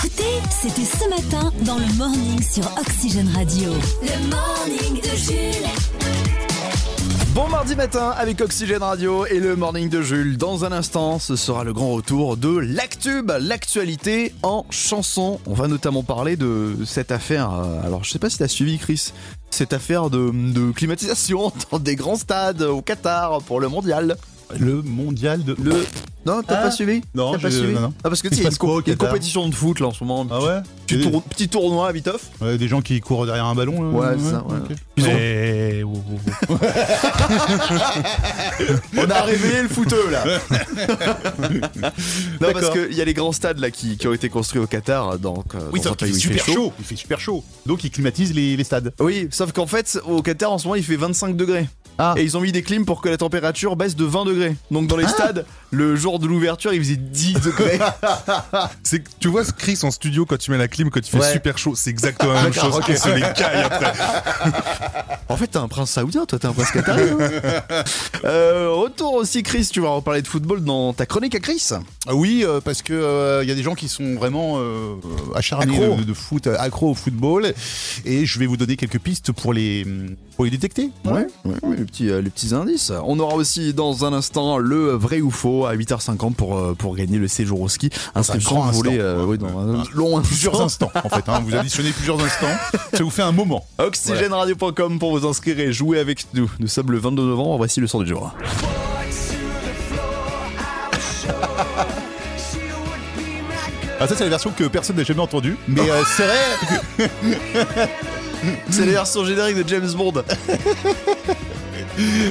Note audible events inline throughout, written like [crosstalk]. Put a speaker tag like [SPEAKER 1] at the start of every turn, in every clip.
[SPEAKER 1] C'était ce matin dans le morning sur Oxygène Radio. Le morning de Jules.
[SPEAKER 2] Bon mardi matin avec Oxygène Radio et le morning de Jules. Dans un instant, ce sera le grand retour de l'Actube, l'actualité en chanson. On va notamment parler de cette affaire. euh, Alors, je sais pas si t'as suivi, Chris, cette affaire de, de climatisation [laughs] dans des grands stades au Qatar pour le mondial.
[SPEAKER 3] Le mondial de.
[SPEAKER 2] Le. Non, t'as
[SPEAKER 3] Ah.
[SPEAKER 2] pas suivi
[SPEAKER 3] Non,
[SPEAKER 2] T'as pas
[SPEAKER 3] je-
[SPEAKER 2] suivi
[SPEAKER 3] non, non.
[SPEAKER 2] Ah, parce que
[SPEAKER 3] Il
[SPEAKER 2] tu sais, il y a
[SPEAKER 3] se passe
[SPEAKER 2] une, co-
[SPEAKER 3] quoi au
[SPEAKER 2] il y a une
[SPEAKER 3] Qatar
[SPEAKER 2] compétition de foot là en ce moment.
[SPEAKER 3] Ah ouais
[SPEAKER 2] Petit,
[SPEAKER 3] Il y a
[SPEAKER 2] tour- petit tournoi à Bitoff.
[SPEAKER 3] des- ouais, Des gens qui courent derrière un ballon là,
[SPEAKER 2] Ouais, c'est ça, ouais.
[SPEAKER 3] ok.
[SPEAKER 2] Ils ont-
[SPEAKER 3] Eh, wow, wow, wow.
[SPEAKER 2] On a réveillé le fouteux là. [laughs] non parce
[SPEAKER 3] D'accord.
[SPEAKER 2] qu'il y a les grands stades là qui, qui ont été construits au Qatar donc euh,
[SPEAKER 3] Oui,
[SPEAKER 2] dans un
[SPEAKER 3] sauf qu'il
[SPEAKER 2] pays
[SPEAKER 3] fait
[SPEAKER 2] où il
[SPEAKER 3] super chaud. Il fait super chaud. Donc ils climatisent les, les stades.
[SPEAKER 2] Oui, sauf qu'en fait au Qatar en ce moment il fait 25 degrés.
[SPEAKER 3] Ah.
[SPEAKER 2] Et ils ont mis des clims pour que la température baisse de 20 degrés. Donc dans les stades, le jour de l'ouverture, il faisait 10 degrés.
[SPEAKER 4] C'est que tu vois ce Chris en studio quand tu mets la clim, quand tu fais
[SPEAKER 2] Ouais.
[SPEAKER 4] super chaud, c'est exactement la même
[SPEAKER 2] D'accord,
[SPEAKER 4] chose.
[SPEAKER 2] ok.
[SPEAKER 4] On se les caille après.
[SPEAKER 2] [laughs] en fait, t'es un prince saoudien, toi, t'es un prince qatarien. [laughs] Euh, retour aussi, Chris, tu vas en parler de football dans ta chronique à Chris.
[SPEAKER 3] Ah oui, euh, parce que euh, il y a des gens qui sont vraiment euh, acharnés
[SPEAKER 2] Accro.
[SPEAKER 3] de, de foot, euh, accro au football, et je vais vous donner quelques pistes pour les mm, pour les détecter.
[SPEAKER 2] Ouais, ouais, ouais, les, petits, euh, les petits indices. On aura aussi dans un instant le vrai ou faux à 8h50 pour, euh, pour gagner le séjour au ski. Inscription,
[SPEAKER 3] grand
[SPEAKER 2] vous voulez,
[SPEAKER 3] instant,
[SPEAKER 2] euh,
[SPEAKER 3] ouais,
[SPEAKER 2] oui, dans un
[SPEAKER 3] ouais.
[SPEAKER 2] long [laughs]
[SPEAKER 3] Plusieurs
[SPEAKER 2] instant.
[SPEAKER 3] instants, en fait. hein. Vous additionnez plusieurs [laughs] instants, ça vous fait un moment.
[SPEAKER 2] Oxygèneradio.com pour vous inscrire et jouer avec nous. Nous sommes le 22 novembre, voici le son du jour.
[SPEAKER 3] Ah, ça, c'est la version que personne n'a jamais entendue, mais euh, c'est vrai.
[SPEAKER 2] [laughs] C'est la version générique de James Bond.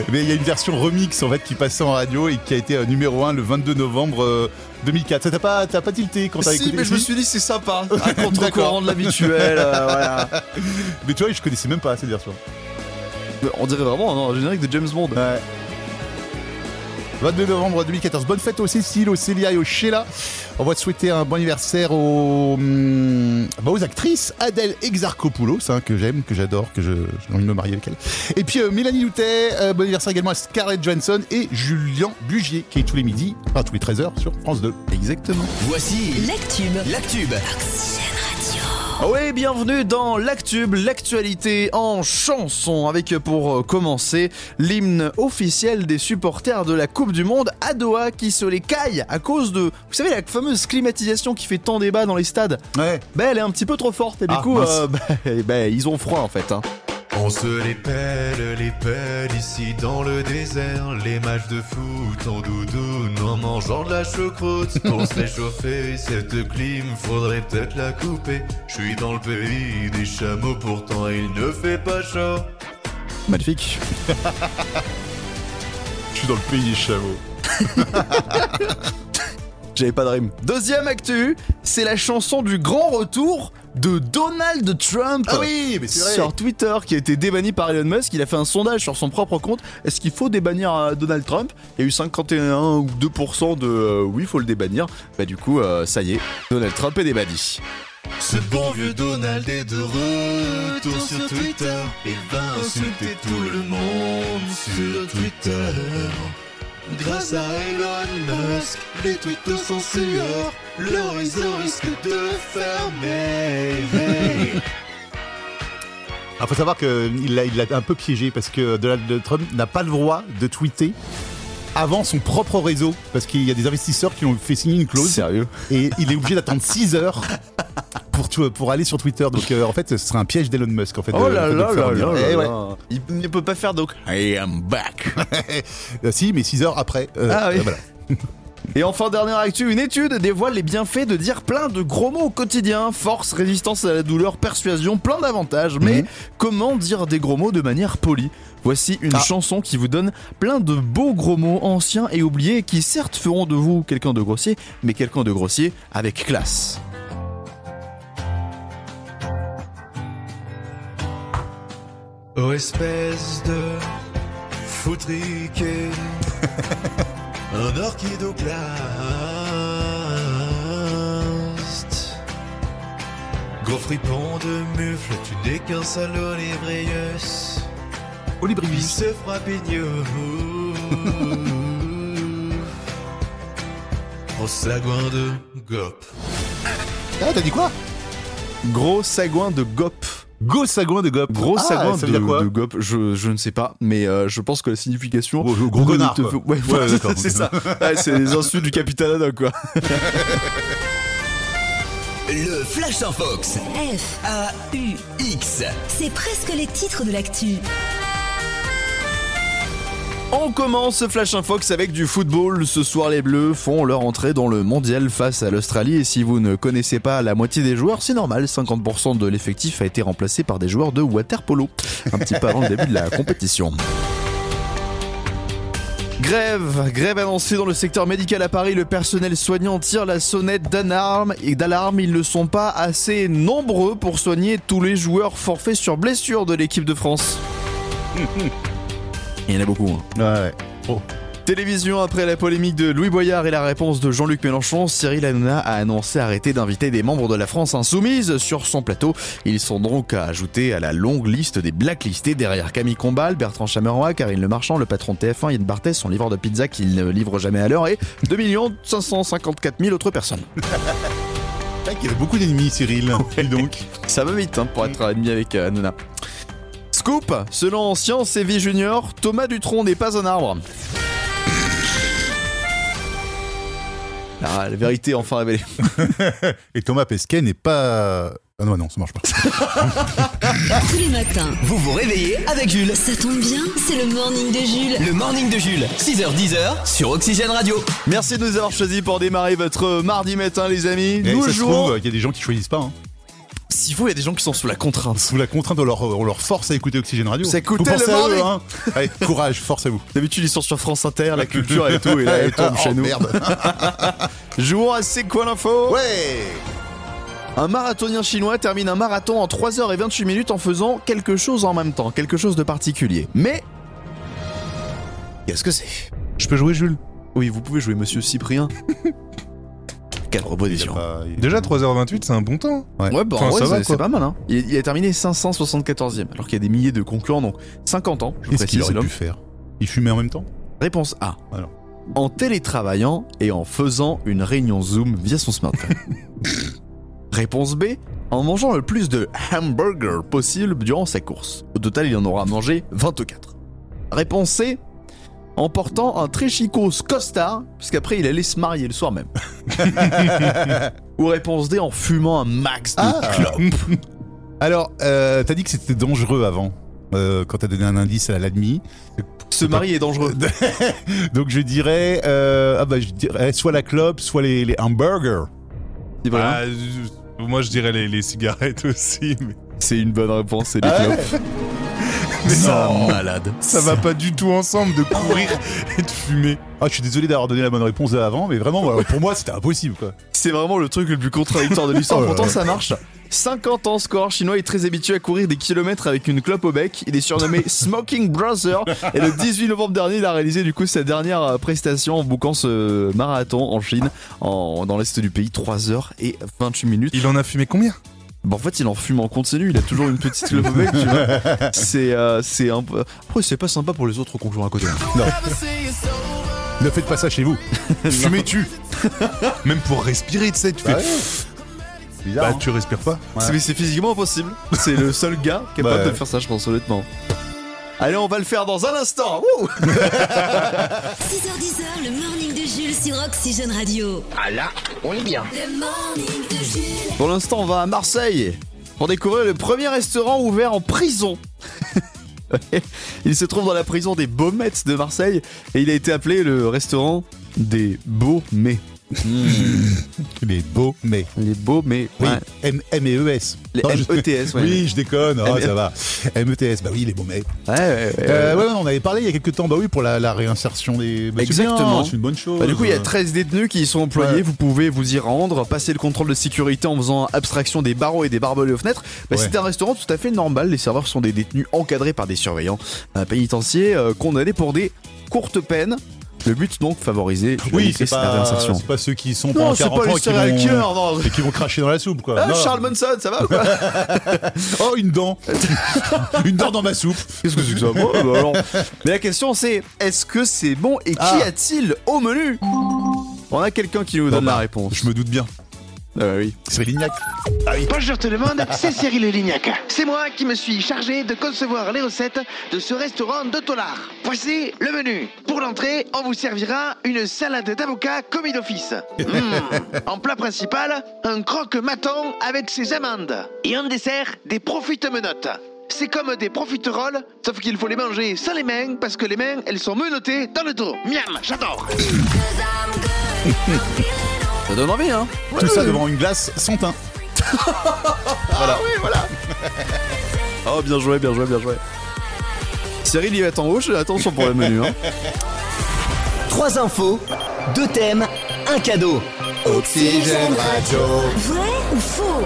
[SPEAKER 3] Mais Eh il y a une version remix en fait qui passait en radio et qui a été euh, numéro 1 le 22 novembre euh, 2004. Ça t'a pas, t'as pas tilté quand t'as
[SPEAKER 2] si,
[SPEAKER 3] écouté
[SPEAKER 2] mais
[SPEAKER 3] les
[SPEAKER 2] je me
[SPEAKER 3] filles
[SPEAKER 2] suis dit c'est sympa. À [laughs] contre-courant de l'habituel. euh, voilà.
[SPEAKER 3] Mais tu vois, je connaissais même pas cette version.
[SPEAKER 2] On dirait vraiment un générique de James Bond.
[SPEAKER 3] Ouais. 22 novembre 2014. Bonne fête aux Cécile, aux Célia et aux Sheila. On va te souhaiter un bon anniversaire aux, hum, bah, aux actrices Adèle Exarchopoulos, hein, que j'aime, que j'adore, que je- j'ai envie de me marier avec elle. Et puis euh, Mélanie Loutet, euh, bon anniversaire également à Scarlett Johansson et Julien Bugier, qui est tous les midis, enfin tous les 13h sur France 2.
[SPEAKER 2] Exactement.
[SPEAKER 5] Voici
[SPEAKER 1] L'actube.
[SPEAKER 5] l'actube.
[SPEAKER 2] Oui, Ah bienvenue dans l'Actube, l'actualité en chanson, avec pour euh, commencer l'hymne officiel des supporters de la Coupe du Monde à Doha qui se les caille à cause de, vous savez, la fameuse climatisation qui fait tant débat dans les stades.
[SPEAKER 3] Ouais.
[SPEAKER 2] Ben, elle est un petit peu trop forte et du
[SPEAKER 3] Ah,
[SPEAKER 2] coup,
[SPEAKER 3] mince.
[SPEAKER 2] euh, [laughs] ben, ben, ils ont froid en fait. hein.
[SPEAKER 6] On se les pèle, les pèle ici dans le désert. Les matchs de foot en doudoune en mangeant de la choucroute. Pour se réchauffer, cette clim faudrait peut-être la couper. Je suis dans le pays des chameaux, pourtant il ne fait pas chaud.
[SPEAKER 2] Magnifique.
[SPEAKER 3] Je suis dans le pays des chameaux.
[SPEAKER 2] J'avais pas de rime. Deuxième actu, c'est la chanson du grand retour de Donald Trump.
[SPEAKER 3] Ah oui, mais c'est vrai.
[SPEAKER 2] sur Twitter qui a été débanni par Elon Musk. Il a fait un sondage sur son propre compte. Est-ce qu'il faut débannir euh, Donald Trump Il y a eu 51 ou 2% de euh, oui, faut le débannir. Bah du coup, euh, ça y est, Donald Trump est débanni.
[SPEAKER 6] Ce bon vieux Donald est de retour sur Twitter. Il va insulter tout le monde sur Twitter. Grâce à Elon Musk, les tweetos sont sueurs. L'horizon risque de fermer. Hey.
[SPEAKER 3] Il Ah, faut savoir qu'il l'a il l'a un peu piégé parce que Donald Trump n'a pas le droit de tweeter avant son propre réseau parce qu'il y a des investisseurs qui lui ont fait signer une clause
[SPEAKER 2] Sérieux
[SPEAKER 3] et il est obligé d'attendre 6 heures pour, tout- pour aller sur Twitter. Donc euh, en fait, ce serait un piège d'Elon Musk en fait.
[SPEAKER 2] Oh
[SPEAKER 3] de-
[SPEAKER 2] là
[SPEAKER 3] de le
[SPEAKER 2] là
[SPEAKER 3] faire
[SPEAKER 2] là
[SPEAKER 3] revenir.
[SPEAKER 2] là
[SPEAKER 3] Eh
[SPEAKER 2] là
[SPEAKER 3] ouais.
[SPEAKER 2] là. Il ne peut pas faire donc I am back.
[SPEAKER 3] Euh, Si, mais 6 heures après. euh,
[SPEAKER 2] Ah oui.
[SPEAKER 3] euh, voilà.
[SPEAKER 2] Et enfin, dernière actu, une étude dévoile les bienfaits de dire plein de gros mots au quotidien. Force, résistance à la douleur, persuasion, plein d'avantages. Mais
[SPEAKER 3] Mhm.
[SPEAKER 2] comment dire des gros mots de manière polie Voici une
[SPEAKER 3] Ah.
[SPEAKER 2] chanson qui vous donne plein de beaux gros mots anciens et oubliés qui certes feront de vous quelqu'un de grossier, mais quelqu'un de grossier avec classe.
[SPEAKER 6] Oh espèce de
[SPEAKER 5] [laughs]
[SPEAKER 6] foutriqué, un orchidoclaste. Gros fripon de mufle, tu n'es qu'un salaud librius.
[SPEAKER 3] Olibrius.
[SPEAKER 6] se frappigneux. Au sagouin de Gop.
[SPEAKER 3] Ah, t'as dit quoi
[SPEAKER 2] Gros sagouin de Gop.
[SPEAKER 3] Go sagouin de Gop.
[SPEAKER 2] Gros
[SPEAKER 3] Ah,
[SPEAKER 2] sagouin
[SPEAKER 3] ça
[SPEAKER 2] de,
[SPEAKER 3] veut dire quoi
[SPEAKER 2] de Gop, je, je ne sais pas, mais euh, je pense que la signification.
[SPEAKER 3] Gros- gros
[SPEAKER 2] ne
[SPEAKER 3] connard,
[SPEAKER 2] te-
[SPEAKER 3] quoi.
[SPEAKER 2] Ouais, voilà,
[SPEAKER 3] Ouais, d'accord.
[SPEAKER 2] [laughs] c'est ça. Ouais, c'est les insultes du capitaine Haddock, quoi.
[SPEAKER 5] Le Flash en Fox.
[SPEAKER 1] F,
[SPEAKER 5] X.
[SPEAKER 1] c'est presque les titres de l'actu.
[SPEAKER 2] On commence ce Flash Infox avec du football. Ce soir, les Bleus font leur entrée dans le mondial face à l'Australie. Et si vous ne connaissez pas la moitié des joueurs, c'est normal. 50% de l'effectif a été remplacé par des joueurs de waterpolo. Un petit peu avant le début de la compétition. Grève, grève annoncée dans le secteur médical à Paris. Le personnel soignant tire la sonnette d'alarme et d'alarme. Ils ne sont pas assez nombreux pour soigner tous les joueurs forfaits sur blessure de l'équipe de France. Il y en a beaucoup. hein.
[SPEAKER 3] Ouais, ouais.
[SPEAKER 2] Télévision, après la polémique de Louis Boyard et la réponse de Jean-Luc Mélenchon, Cyril Hanouna a annoncé arrêter d'inviter des membres de la France insoumise sur son plateau. Ils sont donc à ajouter à la longue liste des blacklistés derrière Camille Combal, Bertrand Chameroy, Karine Le Marchand, le patron de TF1, Yann Barthès, son livreur de pizza qu'il ne livre jamais à l'heure et 2 554 000 autres personnes.
[SPEAKER 3] C'est vrai qu'il y avait beaucoup d'ennemis, Cyril. Dis donc.
[SPEAKER 2] Ça va vite hein, pour être admis avec euh, Hanouna. Scoop, selon Science et Vie Junior, Thomas Dutronc n'est pas un arbre. Ah, la vérité enfin révélée.
[SPEAKER 3] Et Thomas Pesquet n'est pas. Ah non, non, ça [laughs] marche pas.
[SPEAKER 1] Tous les matins,
[SPEAKER 5] Vous vous réveillez avec Jules.
[SPEAKER 1] ça tombe bien, c'est le morning de Jules.
[SPEAKER 5] Le morning de Jules. 6h10 sur Oxygène Radio.
[SPEAKER 2] Merci de nous avoir choisis pour démarrer votre mardi matin, les amis.
[SPEAKER 3] Et
[SPEAKER 2] nous
[SPEAKER 3] ça se
[SPEAKER 2] jouons.
[SPEAKER 3] trouve, il y a des gens qui choisissent pas. hein.
[SPEAKER 2] Si vous, il y a des gens qui sont sous la contrainte.
[SPEAKER 3] Sous la contrainte, on leur, on leur force à écouter Oxygène Radio.
[SPEAKER 2] C'est
[SPEAKER 3] Vous
[SPEAKER 2] écouter
[SPEAKER 3] pensez
[SPEAKER 2] le
[SPEAKER 3] à eux,
[SPEAKER 2] morning.
[SPEAKER 3] hein. Allez, courage, force à vous.
[SPEAKER 2] D'habitude, ils sont sur France Inter,
[SPEAKER 3] [laughs]
[SPEAKER 2] la culture et tout, et là, ils tombent
[SPEAKER 3] Oh,
[SPEAKER 2] chez nous.
[SPEAKER 3] Merde.
[SPEAKER 2] [laughs] Jouons à C'est quoi l'info
[SPEAKER 3] Ouais.
[SPEAKER 2] Un marathonien chinois termine un marathon en 3h28 minutes en faisant quelque chose en même temps, quelque chose de particulier. Mais. Qu'est-ce que c'est
[SPEAKER 3] Je peux jouer, Jules
[SPEAKER 2] Oui, vous pouvez jouer Monsieur
[SPEAKER 3] [laughs]
[SPEAKER 2] Cyprien. Quelle reposition.
[SPEAKER 3] Bah,
[SPEAKER 4] Déjà 3h28, c'est un bon temps.
[SPEAKER 2] Ouais, bah, en
[SPEAKER 4] Enfin,
[SPEAKER 2] vrai,
[SPEAKER 4] ça va,
[SPEAKER 2] c'est-
[SPEAKER 4] quoi.
[SPEAKER 2] c'est pas mal. Hein. Il, il a terminé 574e, alors qu'il y a des milliers de concurrents, donc 50 ans, je
[SPEAKER 3] Qu'est-ce qu'il
[SPEAKER 2] précise,
[SPEAKER 3] aurait
[SPEAKER 2] l'homme.
[SPEAKER 3] pu faire Il fumait en même temps
[SPEAKER 2] Réponse A.
[SPEAKER 3] Alors.
[SPEAKER 2] En télétravaillant et en faisant une réunion Zoom via son
[SPEAKER 4] [laughs]
[SPEAKER 2] smartphone. Réponse B. En mangeant le plus de hamburgers possible durant sa course. Au total, il en aura mangé 24. Réponse C. En portant un trichicos costard, puisqu'après il allait se marier le soir
[SPEAKER 4] [laughs]
[SPEAKER 2] même. Ou réponse D. En fumant un max de
[SPEAKER 3] Ah.
[SPEAKER 2] clopes.
[SPEAKER 3] Alors, euh, t'as dit que c'était dangereux avant, euh, quand t'as donné un indice à l'admi.
[SPEAKER 2] Se marier est
[SPEAKER 4] [laughs]
[SPEAKER 2] dangereux.
[SPEAKER 3] Donc je dirais, euh, ah bah je dirais soit la clope, soit les, les hamburgers.
[SPEAKER 2] C'est vrai, hein
[SPEAKER 4] Ah, je- moi, je dirais les, les cigarettes [laughs] aussi. Mais...
[SPEAKER 2] C'est une bonne réponse, c'est les
[SPEAKER 3] Ah
[SPEAKER 2] clopes.
[SPEAKER 4] Mais
[SPEAKER 2] Ça,
[SPEAKER 4] non.
[SPEAKER 2] malade.
[SPEAKER 4] Ça va pas du tout ensemble
[SPEAKER 3] [laughs]
[SPEAKER 4] de courir et de fumer.
[SPEAKER 3] Ah, je suis désolé d'avoir donné la bonne réponse avant, mais vraiment, voilà, pour moi, c'était impossible, quoi.
[SPEAKER 2] C'est vraiment le truc le plus contradictoire de l'histoire.
[SPEAKER 3] Oh là
[SPEAKER 2] Pourtant,
[SPEAKER 3] là.
[SPEAKER 2] ça marche. 50 ans score chinois est très habitué à courir des kilomètres avec une clope au bec. Il est surnommé Smoking Brother. Et le 18 novembre dernier, il a réalisé du coup sa dernière euh, prestation en bouquant ce marathon en Chine, en- dans l'est du pays, 3 heures et 28 minutes.
[SPEAKER 4] Il en a fumé combien
[SPEAKER 2] Bon, en fait, il en fume en continu. Il a toujours une petite clope au bec. tu vois. C'est euh, c'est un peu. Après, c'est pas sympa pour les autres conjoints à côté. hein.
[SPEAKER 3] Ne faites pas ça chez vous. Fumez-tu.
[SPEAKER 4] Même pour respirer, tu sais, tu fais.
[SPEAKER 3] Bah ouais. C'est Bizarre.
[SPEAKER 4] Bah,
[SPEAKER 3] hein.
[SPEAKER 4] tu respires pas.
[SPEAKER 3] Ouais.
[SPEAKER 2] Mais c'est physiquement impossible. C'est le seul gars capable
[SPEAKER 3] Bah,
[SPEAKER 2] de faire ça, je pense, honnêtement. Allez, on va le faire dans un instant. Wouh
[SPEAKER 1] 6h10, le morning de Jules sur Oxygène Radio.
[SPEAKER 5] Ah là, on est bien.
[SPEAKER 1] Le morning de Jules.
[SPEAKER 2] Pour l'instant, on va à Marseille pour découvrir le premier restaurant ouvert en prison. [laughs] il se trouve dans la prison des Baumettes de Marseille et il a été appelé le restaurant des Baumets. Hmm.
[SPEAKER 3] Les beaux, mais.
[SPEAKER 2] Les Baumets.
[SPEAKER 3] Oui,
[SPEAKER 2] Ouais.
[SPEAKER 3] M, M et ES.
[SPEAKER 2] Les
[SPEAKER 3] Non, je-
[SPEAKER 2] METS, ouais.
[SPEAKER 3] Oui, je déconne, oh,
[SPEAKER 2] M-
[SPEAKER 3] ça va. METS, bah oui, les beaux, mais.
[SPEAKER 2] Ouais, ouais, ouais,
[SPEAKER 3] Euh,
[SPEAKER 2] ouais.
[SPEAKER 3] ouais, ouais, on avait parlé il y a quelques temps, bah oui, pour la, la réinsertion des. Bah, c'est bien,
[SPEAKER 2] Exactement.
[SPEAKER 3] C'est une bonne chose.
[SPEAKER 2] Bah, du coup, il y a 13 détenus qui y sont employés.
[SPEAKER 3] Ouais.
[SPEAKER 2] Vous pouvez vous y rendre, passer le contrôle de sécurité en faisant abstraction des barreaux et des barbelés aux fenêtres. Bah,
[SPEAKER 3] Ouais.
[SPEAKER 2] C'est un restaurant tout à fait normal. Les serveurs sont des détenus encadrés par des surveillants euh, pénitentiaires euh, condamnés pour des courtes peines. Le but donc favoriser je l'ai
[SPEAKER 3] Oui,
[SPEAKER 2] dit,
[SPEAKER 3] c'est
[SPEAKER 2] la
[SPEAKER 3] pas,
[SPEAKER 2] réinsertion.
[SPEAKER 3] c'est pas ceux qui sont
[SPEAKER 2] Non,
[SPEAKER 3] pendant
[SPEAKER 2] c'est
[SPEAKER 3] 40
[SPEAKER 2] pas
[SPEAKER 3] ans
[SPEAKER 2] les
[SPEAKER 3] et qui
[SPEAKER 2] serial
[SPEAKER 3] vont-
[SPEAKER 2] killers, non.
[SPEAKER 3] et qui vont cracher dans la soupe, quoi.
[SPEAKER 2] Ah,
[SPEAKER 3] Non.
[SPEAKER 2] Charles Manson, ça va ou
[SPEAKER 3] [laughs]
[SPEAKER 2] quoi
[SPEAKER 3] Oh, une dent [laughs] Une dent dans ma soupe
[SPEAKER 2] Qu'est-ce que c'est [laughs] que ça
[SPEAKER 3] Oh,
[SPEAKER 2] Moi, bah, alors. Mais la question c'est est-ce que c'est bon et qui
[SPEAKER 3] Ah.
[SPEAKER 2] a-t-il au menu On a quelqu'un qui nous donne
[SPEAKER 3] bah,
[SPEAKER 2] la réponse.
[SPEAKER 3] Je me doute bien.
[SPEAKER 2] Ah bah oui.
[SPEAKER 3] C'est Lignac.
[SPEAKER 7] Bonjour tout le monde, c'est Cyril Lignac. C'est moi qui me suis chargé de concevoir les recettes de ce restaurant de Tollard. Voici le menu. Pour l'entrée, on vous servira une salade d'avocat commis d'office. Mmh. En plat principal, un croque-maton avec ses amandes. Et en dessert, des profites menottes. C'est comme des profiteroles, sauf qu'il faut les manger sans les mains parce que les mains, elles sont menottées dans le dos. Miam, j'adore.
[SPEAKER 2] Ça donne envie, hein
[SPEAKER 3] Tout ça devant une glace sans teint.
[SPEAKER 2] Oh, bien joué, bien joué, bien joué. Cyril, il va être en haut, attention pour le menu. Hein.
[SPEAKER 5] [laughs] Trois infos, deux thèmes, un cadeau.
[SPEAKER 1] Oxygène Radio. Vrai ou faux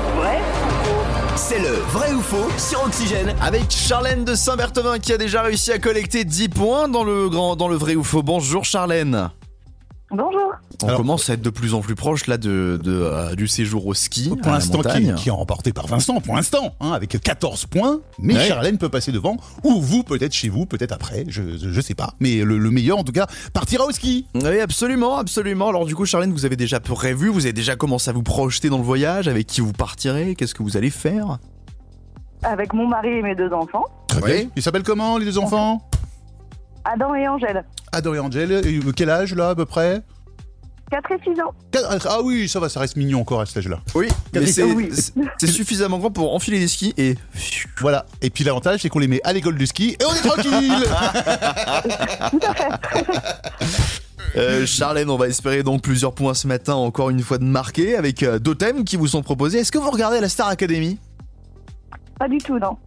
[SPEAKER 5] C'est le vrai ou faux sur Oxygène.
[SPEAKER 2] Avec Charlène de Saint-Berthevin qui a déjà réussi à collecter 10 points dans le grand, dans le vrai ou faux. Bonjour Charlène.
[SPEAKER 8] Bonjour.
[SPEAKER 2] On
[SPEAKER 3] Alors-
[SPEAKER 2] commence à être de plus en plus proche là de, de, euh, du séjour au ski. à
[SPEAKER 3] Pour
[SPEAKER 2] la
[SPEAKER 3] l'instant, qui,
[SPEAKER 2] montagne.
[SPEAKER 3] qui est remporté par Vincent, pour l'instant, hein, avec 14 points. Mais
[SPEAKER 2] Ouais.
[SPEAKER 3] Charlène peut passer devant, ou vous, peut-être chez vous, peut-être après, je, je- je sais pas. Mais le, le meilleur, en tout cas, partira au ski.
[SPEAKER 2] Oui, absolument, absolument. Alors du coup, Charlène, vous avez déjà prévu, vous avez déjà commencé à vous projeter dans le voyage, avec qui vous partirez, qu'est-ce que vous allez faire
[SPEAKER 8] Avec mon mari et mes deux enfants,
[SPEAKER 3] Très
[SPEAKER 2] Ouais.
[SPEAKER 3] bien. Ils s'appellent comment, les deux enfants
[SPEAKER 8] Adam et Angèle.
[SPEAKER 3] Adoré Angel, et euh, quel âge, là, à peu près
[SPEAKER 8] 4 et 6 ans.
[SPEAKER 3] Quatre- Ah oui, ça va, ça reste mignon encore à cet âge-là.
[SPEAKER 2] Oui, mais
[SPEAKER 3] Catherine,
[SPEAKER 2] c'est
[SPEAKER 8] oui.
[SPEAKER 2] c'est- c'est suffisamment grand pour enfiler des skis et...
[SPEAKER 3] Voilà. Et puis l'avantage, c'est qu'on les met à l'école du ski et on est tranquille.
[SPEAKER 2] Euh, Charlène, on va espérer donc plusieurs points ce matin, encore une fois de marquer, avec euh, deux thèmes qui vous sont proposés. Est-ce que vous regardez la Star Academy
[SPEAKER 8] Pas du tout, non.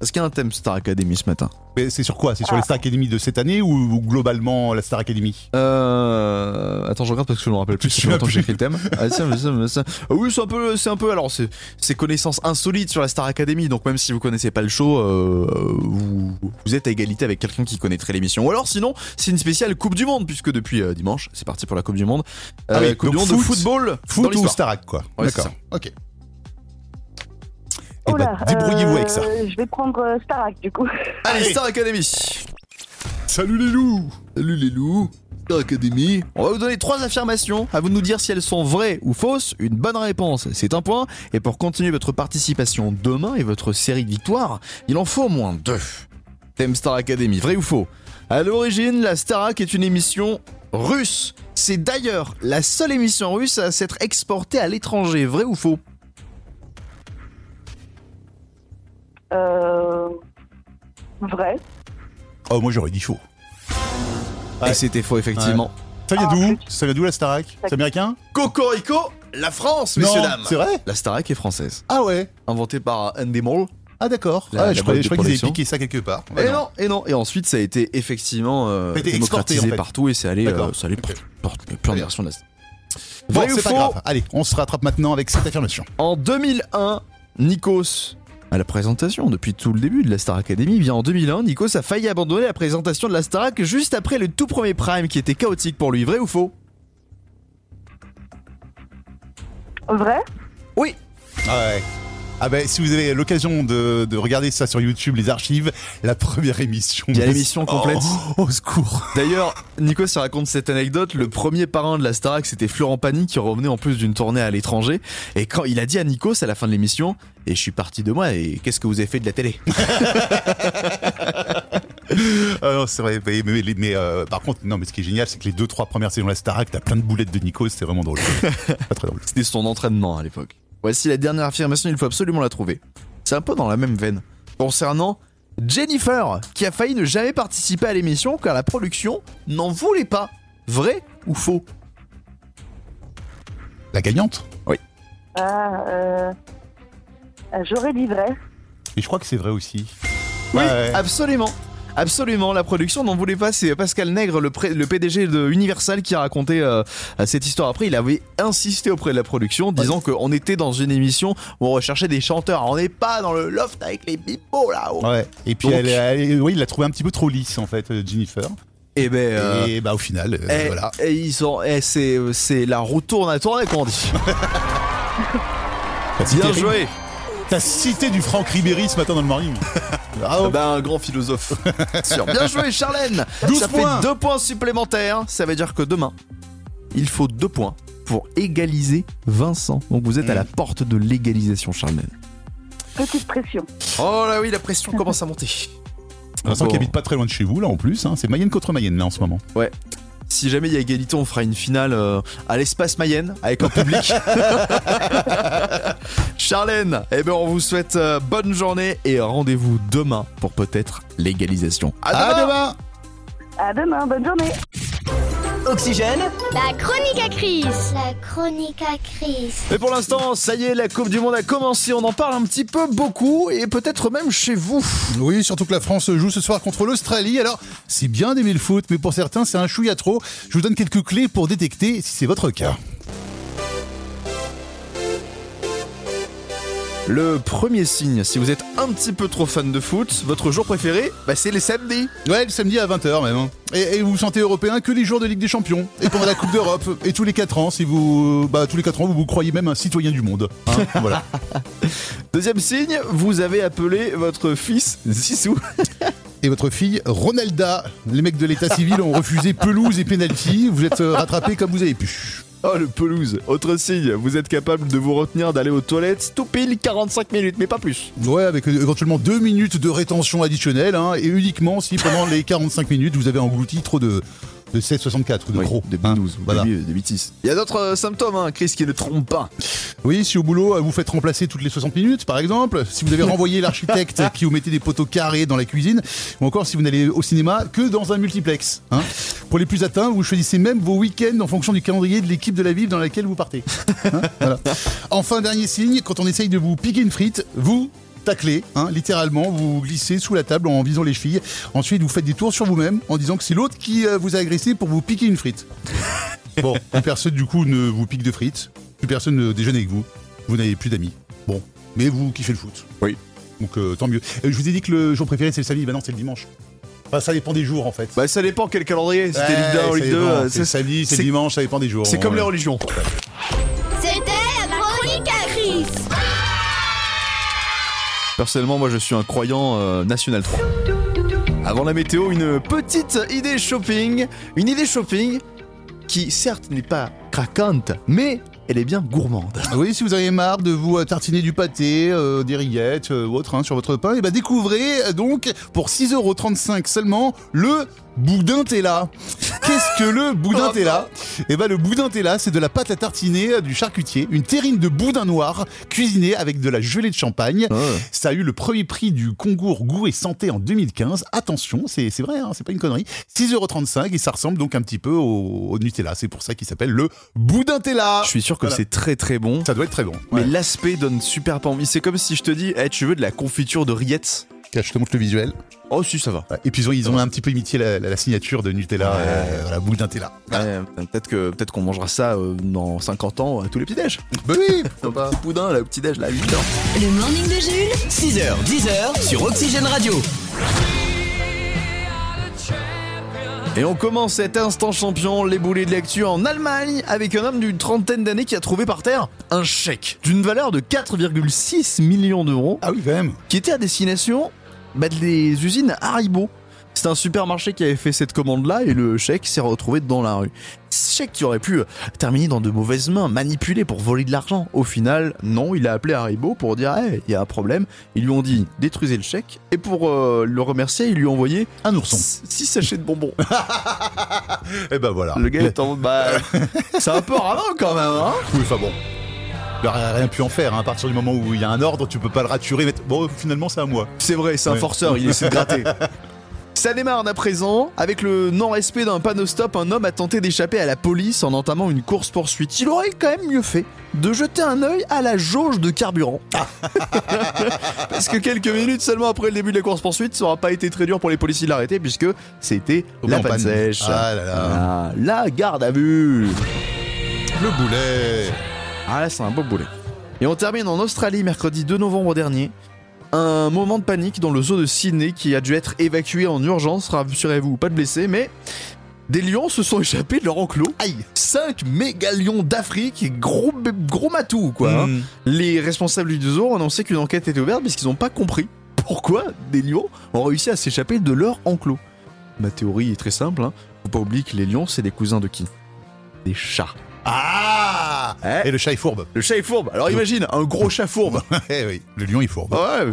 [SPEAKER 2] Est-ce qu'il y a un thème Star Academy ce matin
[SPEAKER 3] [laughs] Mais c'est sur quoi C'est sur les Star Academy de cette année ou, ou globalement la Star Academy
[SPEAKER 2] Euh... Attends, je regarde parce que je me rappelle plus.
[SPEAKER 3] Tu
[SPEAKER 2] Ça fait longtemps que j'ai
[SPEAKER 3] l'as
[SPEAKER 2] fait le thème. Ah, tiens, mais ça, mais ça- Ah oui, c'est un peu, c'est un peu. Alors, c'est, c'est connaissances insolites sur la Star Academy. Donc même si vous connaissez pas le show, euh, vous, vous êtes à égalité avec quelqu'un qui connaîtrait l'émission. Ou alors, sinon, c'est une spéciale Coupe du Monde puisque depuis euh, dimanche, c'est parti pour la Coupe du Monde. Euh,
[SPEAKER 3] Ah oui,
[SPEAKER 2] coupe
[SPEAKER 3] donc
[SPEAKER 2] du Monde de
[SPEAKER 3] foot,
[SPEAKER 2] football. dans
[SPEAKER 3] Foot ou
[SPEAKER 2] l'histoire.
[SPEAKER 3] Starac quoi
[SPEAKER 2] Ouais, c'est
[SPEAKER 3] D'accord. Ok. Eh
[SPEAKER 8] Oh
[SPEAKER 3] ben,
[SPEAKER 8] là,
[SPEAKER 3] débrouillez-vous
[SPEAKER 8] euh,
[SPEAKER 3] avec ça.
[SPEAKER 8] Je vais prendre euh, Starac du coup.
[SPEAKER 2] Allez, Star Academy.
[SPEAKER 3] Salut les loups
[SPEAKER 2] Salut les loups, Star Academy. On va vous donner trois affirmations, à vous de nous dire si elles sont vraies ou fausses. Une bonne réponse, c'est un point. Et pour continuer votre participation demain et votre série de victoires, il en faut au moins deux. Thème Star Academy, vrai ou faux À l'origine, la Starac est une émission russe. C'est d'ailleurs la seule émission russe à s'être exportée à l'étranger, vrai ou faux
[SPEAKER 8] Euh, vrai.
[SPEAKER 3] Oh, moi j'aurais dit faux. Ouais.
[SPEAKER 2] Et c'était faux, effectivement.
[SPEAKER 3] Ça vient
[SPEAKER 8] Ah,
[SPEAKER 3] d'où Ça vient d'où la Starac C'est américain
[SPEAKER 2] Cocorico, la France, messieurs,
[SPEAKER 3] Non,
[SPEAKER 2] dames
[SPEAKER 3] C'est vrai
[SPEAKER 2] La Starac est française,
[SPEAKER 3] Ah ouais
[SPEAKER 2] inventée par Andy Moore.
[SPEAKER 3] Ah d'accord.
[SPEAKER 2] La-
[SPEAKER 3] Ah,
[SPEAKER 2] la
[SPEAKER 3] je
[SPEAKER 2] boîte
[SPEAKER 3] croyais,
[SPEAKER 2] de
[SPEAKER 3] je croyais qu'ils
[SPEAKER 2] production.
[SPEAKER 3] avaient piqué ça quelque part. Ah,
[SPEAKER 2] Et
[SPEAKER 3] Ouais,
[SPEAKER 2] non. et non, et ensuite ça a été effectivement euh,
[SPEAKER 3] Bah Ça a été
[SPEAKER 2] démocratisé
[SPEAKER 3] exporté, en fait.
[SPEAKER 2] partout et c'est allé,
[SPEAKER 3] D'accord.
[SPEAKER 2] euh, ça allait par- par- plein de
[SPEAKER 3] Allez.
[SPEAKER 2] versions de la-
[SPEAKER 3] Bon,
[SPEAKER 2] Vrai ou
[SPEAKER 3] c'est pas
[SPEAKER 2] faux
[SPEAKER 3] grave. Allez, on se rattrape maintenant avec cette affirmation.
[SPEAKER 2] En 2001, Nikos, à la présentation, depuis tout le début de la Star Academy, bien en 2001, Nikos a failli abandonner la présentation de la Starac juste après le tout premier prime qui était chaotique pour lui, vrai ou faux
[SPEAKER 8] Vrai
[SPEAKER 2] Oui
[SPEAKER 3] Ah ouais. Ah ben, si vous avez l'occasion de, de regarder ça sur YouTube, les archives, la première émission.
[SPEAKER 2] Il y a l'émission complète.
[SPEAKER 3] Oh, [laughs] au secours.
[SPEAKER 2] D'ailleurs, Nikos il raconte cette anecdote. Le premier parrain de la Starac, c'était Florent Pagny qui revenait en plus d'une tournée à l'étranger. Et quand il a dit à Nikos à la fin de l'émission, et je suis parti de moi, et qu'est-ce que vous avez fait de la télé
[SPEAKER 3] Ah non, c'est vrai. Mais, mais- mais, mais, euh, par contre, non, mais ce qui est génial, c'est que les deux, trois premières saisons de la Starac, t'as plein de boulettes de Nico, c'est vraiment [laughs] drôle. pas très drôle.
[SPEAKER 2] C'était son entraînement à l'époque. Voici la dernière affirmation, il faut absolument la trouver. C'est un peu dans la même veine. Concernant Jennifer, qui a failli ne jamais participer à l'émission car la production n'en voulait pas. Vrai ou faux
[SPEAKER 3] La gagnante.
[SPEAKER 8] Ah, euh, euh, J'aurais dit vrai.
[SPEAKER 3] Et je crois que c'est vrai aussi.
[SPEAKER 2] Oui,
[SPEAKER 3] Ouais, ouais.
[SPEAKER 2] absolument. Absolument, la production n'en voulait pas. C'est Pascal Nègre, le, pré- le PDG de Universal, qui a raconté euh, cette histoire. Après, il avait insisté auprès de la production, disant qu'on était dans une émission où on recherchait des chanteurs. On n'est pas dans le loft avec les bibos là-haut.
[SPEAKER 3] Ouais. Et puis,
[SPEAKER 2] Donc-
[SPEAKER 3] elle, elle- oui, il l'a trouvé un petit peu trop lisse, en fait, euh, Jennifer.
[SPEAKER 2] Et ben, euh,
[SPEAKER 3] Et bah, au final, euh,
[SPEAKER 2] Eh,
[SPEAKER 3] voilà.
[SPEAKER 2] eh, ils sont, eh, c'est, c'est la roue tourne à tourner, qu'on [laughs] dit.
[SPEAKER 3] T'as cité- T'as cité du Franck Ribéry ce matin dans le morning. Bravo.
[SPEAKER 2] Ben, un grand philosophe. [laughs] Sûr. Bien joué, Charlène.
[SPEAKER 3] 12
[SPEAKER 2] ça
[SPEAKER 3] points.
[SPEAKER 2] fait deux points supplémentaires. Ça veut dire que demain, il faut deux points pour égaliser Vincent. Donc vous êtes à la porte de l'égalisation, Charlemagne.
[SPEAKER 8] Petite pression.
[SPEAKER 2] Oh là oui, la pression commence à monter.
[SPEAKER 3] Vincent qui
[SPEAKER 2] Bon.
[SPEAKER 3] habite pas très loin de chez vous, là en plus. hein. C'est Mayenne contre Mayenne, là en ce moment.
[SPEAKER 2] Si jamais il y a égalité, on fera une finale euh, à l'espace Mayenne avec un public. [laughs] Charlène, eh ben on vous souhaite euh, bonne journée et rendez-vous demain pour peut-être l'égalisation. À demain
[SPEAKER 3] À demain
[SPEAKER 8] À demain, bonne journée.
[SPEAKER 5] Oxygène,
[SPEAKER 9] La chronique à crise. La chronique à crise.
[SPEAKER 2] Mais pour l'instant, ça y est, la Coupe du Monde a commencé. On en parle un petit peu beaucoup et peut-être même chez vous.
[SPEAKER 3] Oui, surtout que la France joue ce soir contre l'Australie. Alors, c'est bien d'aimer le foot, mais pour certains, c'est un chouïa trop. Je vous donne quelques clés pour détecter si c'est votre cas.
[SPEAKER 2] Le premier signe, si vous êtes un petit peu trop fan de foot, votre jour préféré, bah, c'est les samedis.
[SPEAKER 3] Ouais, le samedi à 20h même. hein. Et, et vous vous sentez européen que les jours de Ligue des Champions, et pendant la Coupe d'Europe, [laughs] et tous les 4 ans, si vous. Bah, tous les 4 ans, vous vous croyez même un citoyen du monde. [laughs] hein. voilà.
[SPEAKER 2] Deuxième signe, vous avez appelé votre fils Zissou.
[SPEAKER 3] Et votre fille, Ronalda. Les mecs de l'état civil ont refusé pelouse et pénalty. Vous êtes rattrapé comme vous avez pu.
[SPEAKER 2] Oh le pelouse Autre signe, vous êtes capable de vous retenir d'aller aux toilettes tout pile 45 minutes, mais pas plus.
[SPEAKER 3] Ouais, avec euh, éventuellement 2 minutes de rétention additionnelle, hein, et uniquement si pendant les 45 minutes, vous avez englouti trop de. De 7,64 ou de trop. hein. voilà.
[SPEAKER 2] Il y a d'autres euh, symptômes, hein, Chris, qui ne trompe pas.
[SPEAKER 3] Oui, si au boulot euh, vous faites remplacer toutes les 60 minutes, par exemple, si vous avez renvoyé l'architecte qui vous mettait des poteaux carrés dans la cuisine, ou encore si vous n'allez au cinéma que dans un multiplex. hein. Pour les plus atteints, vous choisissez même vos week-ends en fonction du calendrier de l'équipe de la ville dans laquelle vous partez. Hein, voilà. Enfin, dernier signe, quand on essaye de vous piquer une frite, vous taclez, hein, littéralement, vous glissez sous la table en visant les chevilles. Ensuite, vous faites des tours sur vous-même en disant que c'est l'autre qui euh, vous a agressé pour vous piquer
[SPEAKER 2] [laughs]
[SPEAKER 3] une frite. Bon, plus personne du coup ne vous pique de frites, plus personne ne déjeune avec vous, vous n'avez plus d'amis. Bon, mais vous kiffez le foot.
[SPEAKER 2] Oui.
[SPEAKER 3] Donc euh, tant mieux. Euh, je vous ai dit que le jour préféré c'est le samedi, bah non c'est le dimanche. Enfin, ça dépend des jours en fait.
[SPEAKER 2] Bah ça dépend quel calendrier, si t'es
[SPEAKER 3] Ouais,
[SPEAKER 2] Ligue 1 ou
[SPEAKER 3] ça
[SPEAKER 2] Ligue 2,
[SPEAKER 3] dépend.
[SPEAKER 2] euh,
[SPEAKER 3] c'est le
[SPEAKER 2] c'est-
[SPEAKER 3] samedi, c'est
[SPEAKER 2] c'est-
[SPEAKER 3] le dimanche, ça dépend des jours.
[SPEAKER 2] c'est comme
[SPEAKER 3] Ouais.
[SPEAKER 2] les religions.
[SPEAKER 9] C'était la chronique à crise.
[SPEAKER 2] Personnellement, moi je suis un croyant euh, National 3. Avant la météo, une petite idée shopping. Une idée shopping qui certes n'est pas craquante, mais elle est bien gourmande.
[SPEAKER 3] Oui, si vous avez marre de vous euh, tartiner du pâté, euh, des rillettes euh, ou autre hein, sur votre pain, et bah découvrez euh, donc pour 6,35€ seulement le boudin Tella. [laughs] Qu'est-ce que le boudin
[SPEAKER 2] Oh
[SPEAKER 3] Tella Et bah le boudin Tella, c'est de la pâte à tartiner euh, du charcutier, une terrine de boudin noir cuisinée avec de la gelée de champagne.
[SPEAKER 2] Ah.
[SPEAKER 3] Ça a eu le premier prix du concours Goût et Santé en 2015. Attention, c'est c'est vrai, hein, c'est pas une connerie. 6,35€ et ça ressemble donc un petit peu au, au Nutella. C'est pour ça qu'il s'appelle le boudin Tella.
[SPEAKER 2] Je suis sûr que
[SPEAKER 3] Voilà.
[SPEAKER 2] c'est très très bon.
[SPEAKER 3] Ça doit être très bon.
[SPEAKER 2] Mais l'aspect donne super pas envie. C'est comme si je te dis, Eh, tu veux de la confiture de rillettes
[SPEAKER 3] Là, je te montre le visuel.
[SPEAKER 2] Oh, si, ça va.
[SPEAKER 3] Ouais, Et puis ils ont, ils ont un petit peu imité la, la- la signature de Nutella, euh, la boule d'un Tella.
[SPEAKER 2] Ouais, Eh, peut-être que peut-être qu'on mangera ça euh, dans 50 ans à tous les petits-déj.
[SPEAKER 3] Bah oui
[SPEAKER 2] Un petit Boudin, là, au petit-déj, là, à 8 heures.
[SPEAKER 1] Le morning de Jules
[SPEAKER 5] 6h, 10h sur Oxygène Radio.
[SPEAKER 2] Et on commence cet instant champion, les boulets de l'actu en Allemagne, avec un homme d'une trentaine d'années qui a trouvé par terre un chèque d'une valeur de 4,6 millions d'euros
[SPEAKER 3] [laughs] Ah oui, quand même
[SPEAKER 2] qui était à destination bah, des usines Haribo. C'était un supermarché qui avait fait cette commande-là et le chèque s'est retrouvé dans la rue. Ce chèque qui aurait pu euh, terminer dans de mauvaises mains, manipulé pour voler de l'argent. Au final, non, il a appelé Haribo pour dire Hey, il y a un problème. Ils lui ont dit détruisez le chèque et pour euh, le remercier, ils lui ont envoyé
[SPEAKER 3] Un ourson.
[SPEAKER 2] 6 sachets de bonbons.
[SPEAKER 3] Eh ben voilà.
[SPEAKER 2] le gars est en mode Bah, c'est un peu ralent quand même, hein
[SPEAKER 3] Oui, enfin bon. Il n'aurait rien pu en faire, hein. à partir du moment où il y a un ordre, tu peux pas le raturer. mettre- Bon, finalement, c'est à moi.
[SPEAKER 2] C'est vrai, c'est un
[SPEAKER 3] Ouais.
[SPEAKER 2] forceur, il essaie de
[SPEAKER 3] [laughs]
[SPEAKER 2] gratter. Ça démarre à présent avec le non-respect d'un panneau stop. Un homme a tenté d'échapper à la police en entamant une course-poursuite. Il aurait quand même mieux fait de jeter un œil à la jauge de carburant.
[SPEAKER 3] Ah.
[SPEAKER 2] [laughs] Parce que quelques minutes seulement après le début de la course-poursuite, ça aura pas été très dur pour les policiers de l'arrêter puisque c'était la
[SPEAKER 3] En
[SPEAKER 2] panne
[SPEAKER 3] panne.
[SPEAKER 2] sèche.
[SPEAKER 3] Ah là là.
[SPEAKER 2] Ah, la garde à vue.
[SPEAKER 3] Le boulet
[SPEAKER 2] Ah là, c'est un beau boulet. Et on termine en Australie mercredi 2 novembre dernier. Un moment de panique dans le zoo de Sydney qui a dû être évacué en urgence, rassurez-vous, pas de blessés, mais des lions se sont [laughs] échappés de leur enclos. Aïe 5 méga lions d'Afrique, et gros, bé- gros matou quoi. hein.
[SPEAKER 3] Mm.
[SPEAKER 2] Les responsables du zoo ont annoncé qu'une enquête était ouverte parce qu'ils n'ont pas compris pourquoi des lions ont réussi à s'échapper de leur enclos. Ma théorie est très simple, hein. faut pas oublier que les lions c'est des cousins de qui Des chats.
[SPEAKER 3] Ah
[SPEAKER 2] Eh,
[SPEAKER 3] Et le chat est fourbe. [laughs]
[SPEAKER 2] Le chat est fourbe. Alors imagine, un gros chat [laughs] fourbe. Ah
[SPEAKER 3] Eh oui, le lion est fourbe.
[SPEAKER 2] Ouais.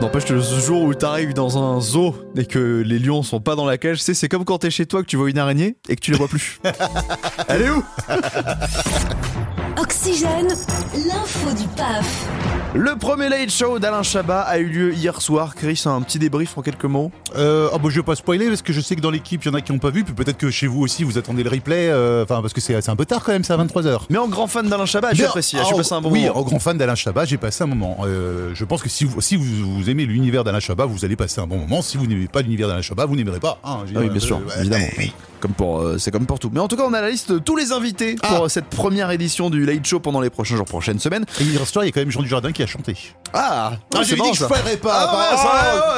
[SPEAKER 2] N'empêche que ce jour où t'arrives dans un zoo et que les lions sont pas dans la cage, tu sais, c'est comme quand t'es chez toi que tu vois une araignée et que tu la vois plus. [laughs] Elle est où
[SPEAKER 1] Oxygène, l'info du PAF.
[SPEAKER 2] Le premier late show d'Alain Chabat a eu lieu hier soir. Chris, un petit débrief en quelques mots.
[SPEAKER 3] Euh, ah bah, je vais pas spoiler parce que je sais que dans l'équipe, il y en a qui n'ont pas vu. Puis peut-être que chez vous aussi, vous attendez le replay. euh, Enfin, parce que c'est c'est un peu tard quand même, c'est à 23h.
[SPEAKER 2] Mais oh, en grand fan d'Alain Chabat, j'ai
[SPEAKER 3] Mais,
[SPEAKER 2] apprécié.
[SPEAKER 3] ah,
[SPEAKER 2] J'ai
[SPEAKER 3] en-
[SPEAKER 2] passé un bon
[SPEAKER 3] oui,
[SPEAKER 2] moment.
[SPEAKER 3] en grand fan d'Alain Chabat, j'ai passé un moment. Euh, je pense que si vous, si vous, vous aimez l'univers d'Alain Chabat, vous allez passer un bon moment. Si vous n'aimez pas l'univers d'Alain Chabat, vous n'aimerez pas. hein. Je veux
[SPEAKER 2] Ah oui,
[SPEAKER 3] dire,
[SPEAKER 2] bien
[SPEAKER 3] euh,
[SPEAKER 2] sûr,
[SPEAKER 3] ouais.
[SPEAKER 2] évidemment. Comme pour, euh, c'est comme pour tout. Mais en tout cas, on a la liste de tous les invités
[SPEAKER 3] Ah.
[SPEAKER 2] pour cette première édition du Late Show pendant les prochains jours, prochaines semaines.
[SPEAKER 3] Et il reste là, il y a quand même Jean Dujardin qui a chanté.
[SPEAKER 2] Ah, ouais, c'est marrant, ça.
[SPEAKER 3] ferais pas.
[SPEAKER 2] Ah,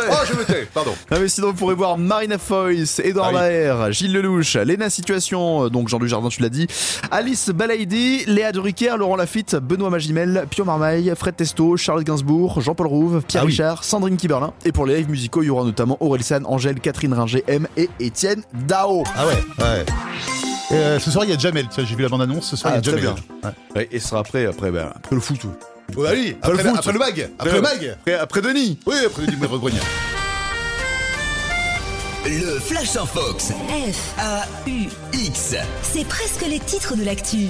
[SPEAKER 2] ouais, ouais, ouais.
[SPEAKER 3] je me tais. Pardon.
[SPEAKER 2] Ah, mais sinon, vous pourrez voir Marina Foïs, Edouard
[SPEAKER 3] Ah oui.
[SPEAKER 2] Baer, Gilles Lelouch, Léna Situation, euh, donc Jean Dujardin, tu l'as dit, Alice Balaïdi, Léa de Riquer, Laurent Lafitte, Benoît Magimel, Pio Marmaille, Fred Testo, Charles Gainsbourg, Jean-Paul Rouve, Pierre
[SPEAKER 3] Ah oui.
[SPEAKER 2] Richard, Sandrine Kiberlin. Et pour les lives musicaux, il y aura notamment Aurel San, Angèle, Catherine Ringer, M et Étienne Dao.
[SPEAKER 3] Ah ouais, ouais. Euh, ce soir, il y a Jamel. Tiens, j'ai vu la bande-annonce. Ce soir,
[SPEAKER 2] Ah,
[SPEAKER 3] il y a
[SPEAKER 2] très
[SPEAKER 3] Jamel.
[SPEAKER 2] Ouais, et ce sera après, après, ben, après le foot.
[SPEAKER 3] Ouais. bah oui, après,
[SPEAKER 2] le
[SPEAKER 3] la-
[SPEAKER 2] foot.
[SPEAKER 3] après le mag. Après le mag.
[SPEAKER 2] Après, après Denis.
[SPEAKER 3] Oui, après le numéro grenier.
[SPEAKER 5] Le Flash en Fox.
[SPEAKER 1] F,
[SPEAKER 5] X.
[SPEAKER 1] c'est presque les titres de l'actu.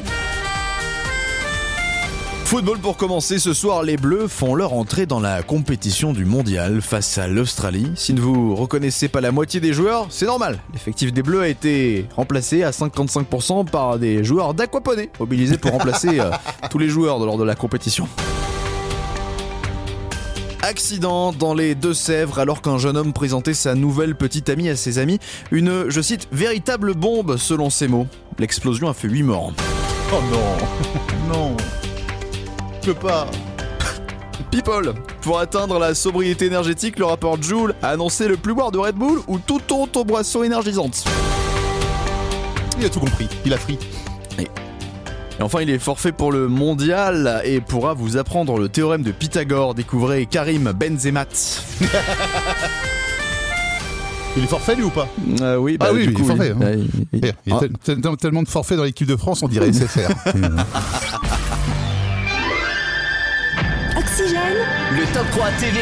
[SPEAKER 2] Football pour commencer, ce soir les Bleus font leur entrée dans la compétition du mondial face à l'Australie. Si ne vous reconnaissez pas la moitié des joueurs, c'est normal. L'effectif des Bleus a été remplacé à 55% par des joueurs d'aquaponie, mobilisés pour remplacer euh, tous les joueurs lors de la compétition. Accident dans les Deux-Sèvres alors qu'un jeune homme présentait sa nouvelle petite amie à ses amis, une, je cite, véritable bombe selon ses mots. L'explosion a fait 8 morts.
[SPEAKER 3] Oh non. [laughs] non. Je peux pas.
[SPEAKER 2] People, pour atteindre la sobriété énergétique, le rapport Joule a annoncé le plus boire de Red Bull ou toute autre boisson énergisante.
[SPEAKER 3] Il a tout compris. Il a fri.
[SPEAKER 2] Et enfin, il est forfait pour le mondial et pourra vous apprendre le théorème de Pythagore. Découvrez Karim Benzemat.
[SPEAKER 3] Il est forfait, lui, ou pas
[SPEAKER 2] Euh, oui, bah,
[SPEAKER 3] Ah oui,
[SPEAKER 2] du
[SPEAKER 3] il
[SPEAKER 2] coup,
[SPEAKER 3] est forfait, hein.
[SPEAKER 2] ouais, il-
[SPEAKER 3] Eh, Il y a
[SPEAKER 2] Ah.
[SPEAKER 3] tel- tel- tel- tellement de forfaits dans l'équipe de France, on
[SPEAKER 2] [laughs]
[SPEAKER 3] dirait SFR.
[SPEAKER 1] Oxygène,
[SPEAKER 5] Le top 3 TV.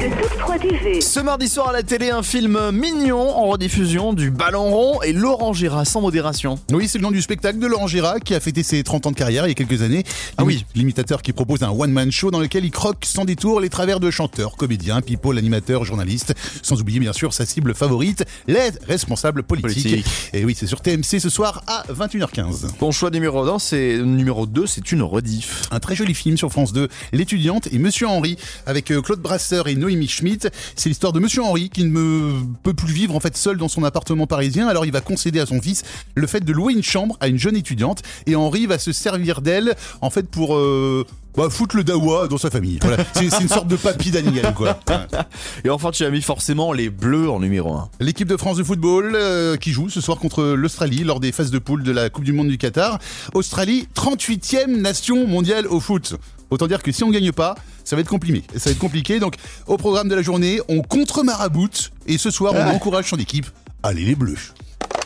[SPEAKER 8] Le top 3 TV.
[SPEAKER 2] Ce mardi soir à la télé, un film mignon en rediffusion du Ballon Rond et Laurent Gérard sans modération.
[SPEAKER 3] Oui, c'est le nom du spectacle de Laurent Gérard qui a fêté ses 30 ans de carrière il y a quelques années.
[SPEAKER 2] Ah oui.
[SPEAKER 3] L'imitateur qui propose un one-man show dans lequel il croque sans détour les travers de chanteurs, comédiens, people, animateurs, journalistes. Sans oublier bien sûr sa cible favorite, l'aide responsable politique.
[SPEAKER 2] Politique.
[SPEAKER 3] Et oui, c'est sur TMC ce soir à 21h15.
[SPEAKER 2] Ton choix numéro 1, c'est numéro 2, c'est une rediff.
[SPEAKER 3] Un très joli film sur France 2, L'étudiante et Monsieur Henri, avec euh, Claude Brasseur et Noémie Schmitt. C'est l'histoire de Monsieur Henri qui ne me- peut plus vivre en fait seul dans son appartement parisien. Alors il va concéder à son fils le fait de louer une chambre à une jeune étudiante et Henri va se servir d'elle en fait pour euh, bah, foutre le dawa dans sa famille. Voilà. C'est c'est une sorte de papy d'Aniel quoi. Ouais.
[SPEAKER 2] Et enfin, tu as mis forcément les bleus en numéro 1.
[SPEAKER 3] L'équipe de France de football euh, qui joue ce soir contre l'Australie lors des phases de poule de la Coupe du Monde du Qatar. Australie, 38e nation mondiale au foot. Autant dire que si on gagne pas, ça va être compliqué. Ça va être compliqué. Donc, au programme de la journée, on contre Marabout et ce soir, on encourage son équipe. Allez les Bleus.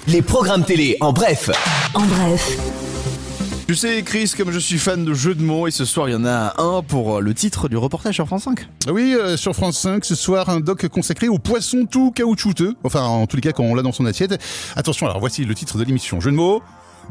[SPEAKER 5] Les programmes télé en bref.
[SPEAKER 1] en bref.
[SPEAKER 2] Tu sais, Chris, comme je suis fan de jeux de mots, et ce soir il y en a un pour euh, le titre du reportage sur France 5.
[SPEAKER 3] Oui, euh, sur France 5, ce soir, un doc consacré au poisson tout caoutchouteux. Enfin, en tous les cas, quand on l'a dans son assiette. Attention, alors voici le titre de l'émission. Jeu de mots.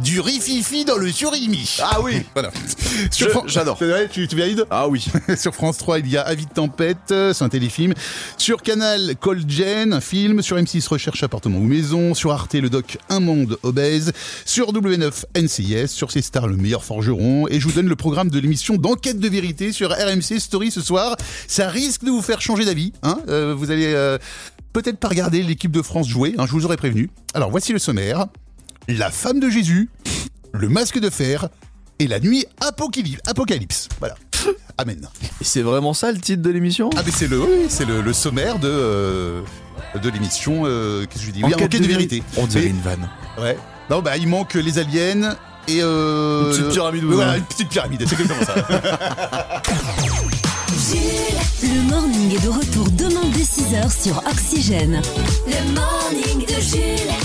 [SPEAKER 3] Du rififi dans le surimi.
[SPEAKER 2] Ah oui
[SPEAKER 3] Voilà. [laughs]
[SPEAKER 2] Je- j'adore.
[SPEAKER 3] Ouais, tu, tu valides
[SPEAKER 2] Ah oui
[SPEAKER 3] [laughs] Sur France 3, il y a Avis de tempête, euh, c'est un téléfilm. Sur Canal, Cold Gen, un film. Sur M6, Recherche appartement ou maison. Sur Arte, le doc Un monde obèse. Sur W9, NCIS. Sur C Star, le meilleur forgeron. Et je vous donne le programme de l'émission d'enquête de vérité sur RMC Story ce soir. Ça risque de vous faire changer d'avis. Hein Euh, vous allez euh, peut-être pas regarder l'équipe de France jouer, hein, je vous aurais prévenu. Alors voici le sommaire. La femme de Jésus, le masque de fer et la nuit apocalypse. apocalypse. Voilà. Amen.
[SPEAKER 2] Et C'est vraiment ça le titre de l'émission
[SPEAKER 3] Ah mais c'est le, oui, c'est le, le sommaire de euh, de l'émission. euh, Qu'est-ce que je dis Oui, enquête de, vérité.
[SPEAKER 2] On dirait
[SPEAKER 3] Mais-
[SPEAKER 2] une vanne.
[SPEAKER 3] Ouais. Non bah il manque les aliens et euh,
[SPEAKER 2] Une petite pyramide,
[SPEAKER 3] Voilà,
[SPEAKER 2] ouais.
[SPEAKER 3] une petite pyramide. C'est exactement ça.
[SPEAKER 1] Le morning est de retour demain dès 6h sur Oxygène. Le morning de Jules.